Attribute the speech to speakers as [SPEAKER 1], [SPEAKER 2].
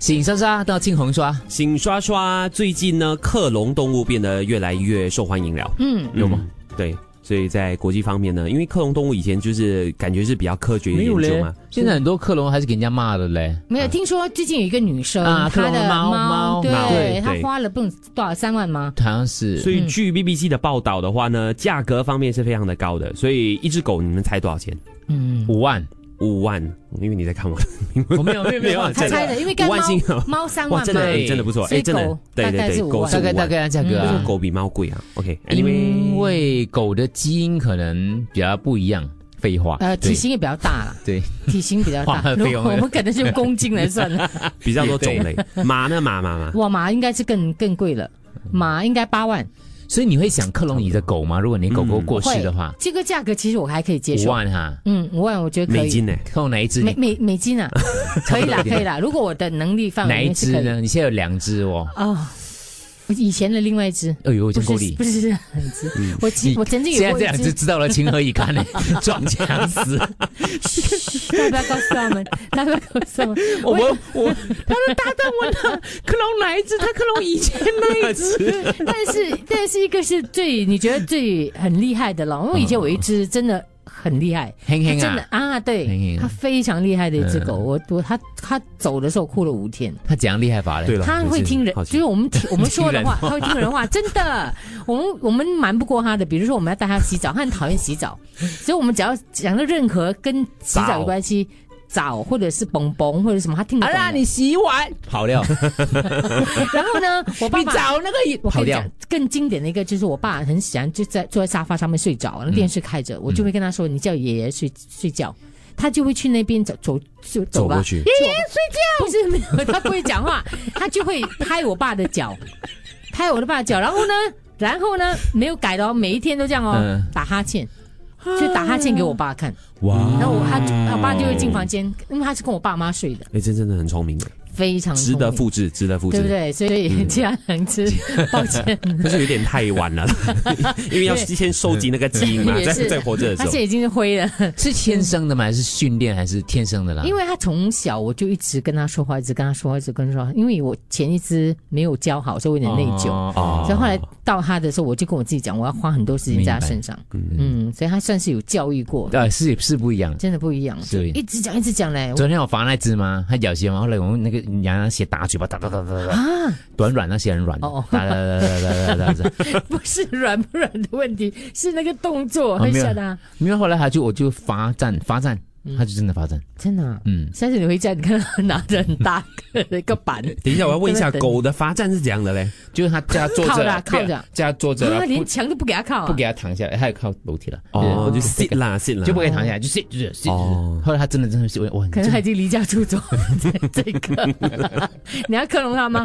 [SPEAKER 1] 请莎莎到庆红刷，
[SPEAKER 2] 请刷刷，最近呢，克隆动物变得越来越受欢迎了，
[SPEAKER 3] 嗯，
[SPEAKER 2] 有吗？对，所以在国际方面呢，因为克隆动物以前就是感觉是比较科学的
[SPEAKER 1] 没有
[SPEAKER 2] 研究
[SPEAKER 1] 嘞
[SPEAKER 2] 嘛，。
[SPEAKER 1] 现在很多克隆还是给人家骂的嘞。
[SPEAKER 3] 没有听说最近有一个女生，
[SPEAKER 1] 啊克
[SPEAKER 3] 她
[SPEAKER 1] 隆的
[SPEAKER 3] 的
[SPEAKER 1] 猫猫
[SPEAKER 2] 猫
[SPEAKER 3] 对，
[SPEAKER 2] 对
[SPEAKER 3] 她
[SPEAKER 2] 对
[SPEAKER 3] 花了不懂多少三万吗？
[SPEAKER 1] 好像是，
[SPEAKER 2] 所以据 BBC 的报道的话呢，价格方面是非常的高的，所以一只狗你们猜多少钱？
[SPEAKER 3] 嗯，
[SPEAKER 1] 五万，
[SPEAKER 2] 五万，因为你在看我，
[SPEAKER 1] 我 没有没有没有，啊
[SPEAKER 2] 没有
[SPEAKER 1] 这
[SPEAKER 3] 她
[SPEAKER 1] 个
[SPEAKER 3] 猜的，因为干
[SPEAKER 2] 五万星
[SPEAKER 3] 猫
[SPEAKER 2] 哦
[SPEAKER 3] 猫三
[SPEAKER 2] 哇，
[SPEAKER 3] 万
[SPEAKER 2] 真
[SPEAKER 3] 嘛
[SPEAKER 2] 的，
[SPEAKER 1] 对
[SPEAKER 2] 哎真的不错，
[SPEAKER 3] 所以
[SPEAKER 2] 哎，真的
[SPEAKER 3] 狗，
[SPEAKER 2] 对
[SPEAKER 3] 大概
[SPEAKER 2] 对
[SPEAKER 3] 是
[SPEAKER 2] 对，
[SPEAKER 3] 五
[SPEAKER 2] 狗
[SPEAKER 3] 万
[SPEAKER 2] 是
[SPEAKER 1] 大概
[SPEAKER 2] 五
[SPEAKER 1] 大
[SPEAKER 2] 万，
[SPEAKER 1] 概价格
[SPEAKER 2] 为什
[SPEAKER 1] 啊
[SPEAKER 2] 么，狗比猫贵啊？OK，Anyway，
[SPEAKER 1] 因为狗的基因可能比较不一样。废话，
[SPEAKER 3] 呃，
[SPEAKER 1] 对
[SPEAKER 3] 体型也比较大啦，
[SPEAKER 1] 对，
[SPEAKER 3] 体型比 较
[SPEAKER 1] 花
[SPEAKER 3] 大，
[SPEAKER 1] 了
[SPEAKER 3] 如
[SPEAKER 1] 费用
[SPEAKER 3] 果我们可能是用公斤来 算了。
[SPEAKER 2] 比较多种类， 马呢马马马，
[SPEAKER 3] 哇，马应该是更更贵了，马应该八万，
[SPEAKER 1] 所以你会想克隆你的狗吗？如果你狗狗过世的话，
[SPEAKER 3] 这个价格其实我还可以接
[SPEAKER 1] 五
[SPEAKER 3] 受。
[SPEAKER 1] 万哈，
[SPEAKER 3] 嗯，五万我觉得可
[SPEAKER 2] 美
[SPEAKER 3] 以。
[SPEAKER 2] 金呢？
[SPEAKER 1] 克隆哪一只？
[SPEAKER 3] 美
[SPEAKER 1] 你
[SPEAKER 3] 美美 金啊，可以啦，可以啦。如果我的能力范围
[SPEAKER 1] 哪
[SPEAKER 3] 里
[SPEAKER 1] 一
[SPEAKER 3] 面是
[SPEAKER 1] 只
[SPEAKER 3] 可以
[SPEAKER 1] 呢？你现在有两只哦。
[SPEAKER 3] 啊。我以前的另外一只，
[SPEAKER 1] 哎呦，真够
[SPEAKER 3] 不是
[SPEAKER 1] 力！
[SPEAKER 3] 不是很只，我曾我曾经
[SPEAKER 1] 嗯现在
[SPEAKER 3] 有过
[SPEAKER 1] 这
[SPEAKER 3] 一
[SPEAKER 1] 两只
[SPEAKER 3] 只，
[SPEAKER 1] 知道了，情何以堪呢？ 撞墙死！
[SPEAKER 3] 要不要告诉他们？要不要告诉他们？
[SPEAKER 1] 我我他的 搭档问他克隆哪一只，他克隆以前那一 只。
[SPEAKER 3] 但是但是一个是最你觉得最很厉害的了，因为以前我有一只真的很厉害，
[SPEAKER 1] 哼
[SPEAKER 3] 它
[SPEAKER 1] 哼
[SPEAKER 3] 真的
[SPEAKER 1] 啊，
[SPEAKER 3] 啊，
[SPEAKER 1] 很
[SPEAKER 3] 对
[SPEAKER 1] 硬，啊
[SPEAKER 3] 它非常厉害的一只狗。
[SPEAKER 1] 嗯
[SPEAKER 3] 我我它它走的时候哭了五天，
[SPEAKER 1] 他怎样厉害法嘞？
[SPEAKER 2] 对了，
[SPEAKER 3] 它
[SPEAKER 2] 我
[SPEAKER 3] 会
[SPEAKER 2] 是
[SPEAKER 3] 听人，
[SPEAKER 2] 好
[SPEAKER 3] 就
[SPEAKER 2] 奇
[SPEAKER 3] 是我们听我们说的话，它
[SPEAKER 1] 听
[SPEAKER 3] 会听人话，真的。我们我们瞒不过它的，比如说我们要带它洗澡，它很讨厌洗澡，所以我们只要讲到任何跟洗澡有关系。澡或者是蹦蹦或者什么，它听得
[SPEAKER 1] 啊，
[SPEAKER 3] 懂的。
[SPEAKER 1] 让你洗碗跑掉，
[SPEAKER 3] 然后呢，我 爸
[SPEAKER 1] 你
[SPEAKER 3] 爸
[SPEAKER 1] 找那个
[SPEAKER 3] 我跟
[SPEAKER 1] 跑
[SPEAKER 3] 你
[SPEAKER 1] 掉
[SPEAKER 3] 讲。，更经典的一个就是我爸很喜欢就在坐在沙发上面睡着，那电视开
[SPEAKER 2] 嗯
[SPEAKER 3] 着，我就会跟他说：“你叫爷爷睡睡觉。”他就会去那边走走就走
[SPEAKER 2] 走
[SPEAKER 3] 吧
[SPEAKER 2] 过，去，
[SPEAKER 3] 爷爷睡觉。不是没有，他不会讲话，他就会拍我爸的脚，拍我的爸的脚，然后呢，然后呢，没有改的哦，每一天都这样哦，
[SPEAKER 1] 嗯
[SPEAKER 3] 打哈欠。就打哈欠给我爸看，
[SPEAKER 2] 啊
[SPEAKER 1] 哇
[SPEAKER 3] 然后我他就我爸就会进房间，因为他是跟我爸妈睡的，
[SPEAKER 2] 哎，这真的很聪明，
[SPEAKER 3] 非常
[SPEAKER 2] 值得
[SPEAKER 3] 聪明
[SPEAKER 2] 复制，值得嗯复
[SPEAKER 3] 对
[SPEAKER 2] 制
[SPEAKER 3] 不。对？所以这样两只，抱歉，
[SPEAKER 2] 但是有点太晚了， 因为要先收集那个基因嘛，
[SPEAKER 3] 也
[SPEAKER 2] 在
[SPEAKER 3] 是
[SPEAKER 2] 在活着的时
[SPEAKER 3] 他
[SPEAKER 2] 候
[SPEAKER 3] 现在。已经是灰了。
[SPEAKER 1] 是天生的吗？还是训练？还是天生的啦？
[SPEAKER 3] 因为他从小我就一直跟他说话，一直跟他说话，一直跟他说话。因为我前一只没有教好，所以我有点内疚。
[SPEAKER 1] 哦
[SPEAKER 3] 所以后来到他的时候，我就跟我自己讲，我要花很多时间在他身上。嗯，所以他算是有教育过，
[SPEAKER 1] 呃是是不一样。
[SPEAKER 3] 真的不一样。
[SPEAKER 1] 是
[SPEAKER 3] 一直讲，一直讲嘞。我
[SPEAKER 1] 昨天我罚那只吗？它咬鞋嘛，后来我用那个牙那血打嘴巴，打打打打打，
[SPEAKER 3] 啊，
[SPEAKER 1] 短软那些很软，
[SPEAKER 3] 哦
[SPEAKER 1] 打打打打打打打打。
[SPEAKER 3] 不是软不软的问题，是那个动作
[SPEAKER 1] 哦
[SPEAKER 3] 会
[SPEAKER 1] 没有
[SPEAKER 3] 吓他。
[SPEAKER 1] 因为后来他就我就罚站罚站，
[SPEAKER 3] 嗯
[SPEAKER 1] 他就真的罚站。
[SPEAKER 3] 真的啊，
[SPEAKER 1] 嗯，
[SPEAKER 3] 下次你回家，你看他拿着很大个的一 个板，
[SPEAKER 2] 等一下，我要问一下，
[SPEAKER 3] 对对对
[SPEAKER 2] 狗的发展是怎样的嘞？
[SPEAKER 1] 就是他叫他坐
[SPEAKER 3] 靠着
[SPEAKER 1] 着
[SPEAKER 3] 啊，靠着啊
[SPEAKER 1] 不要叫他坐着，
[SPEAKER 3] 他
[SPEAKER 1] 然后
[SPEAKER 3] 连
[SPEAKER 1] 不
[SPEAKER 3] 墙都不给他靠啊。
[SPEAKER 1] 不给他躺下来，他也靠楼梯了，
[SPEAKER 2] 哦，
[SPEAKER 1] 对
[SPEAKER 2] 就 sit 啦 sit 啦，
[SPEAKER 1] 就不给他躺下来，就 sit 就是 sit 就是。
[SPEAKER 2] 哦
[SPEAKER 1] 后来他真的真的是我我很
[SPEAKER 3] 可能他已经离家出走，这这个，你要克隆他吗？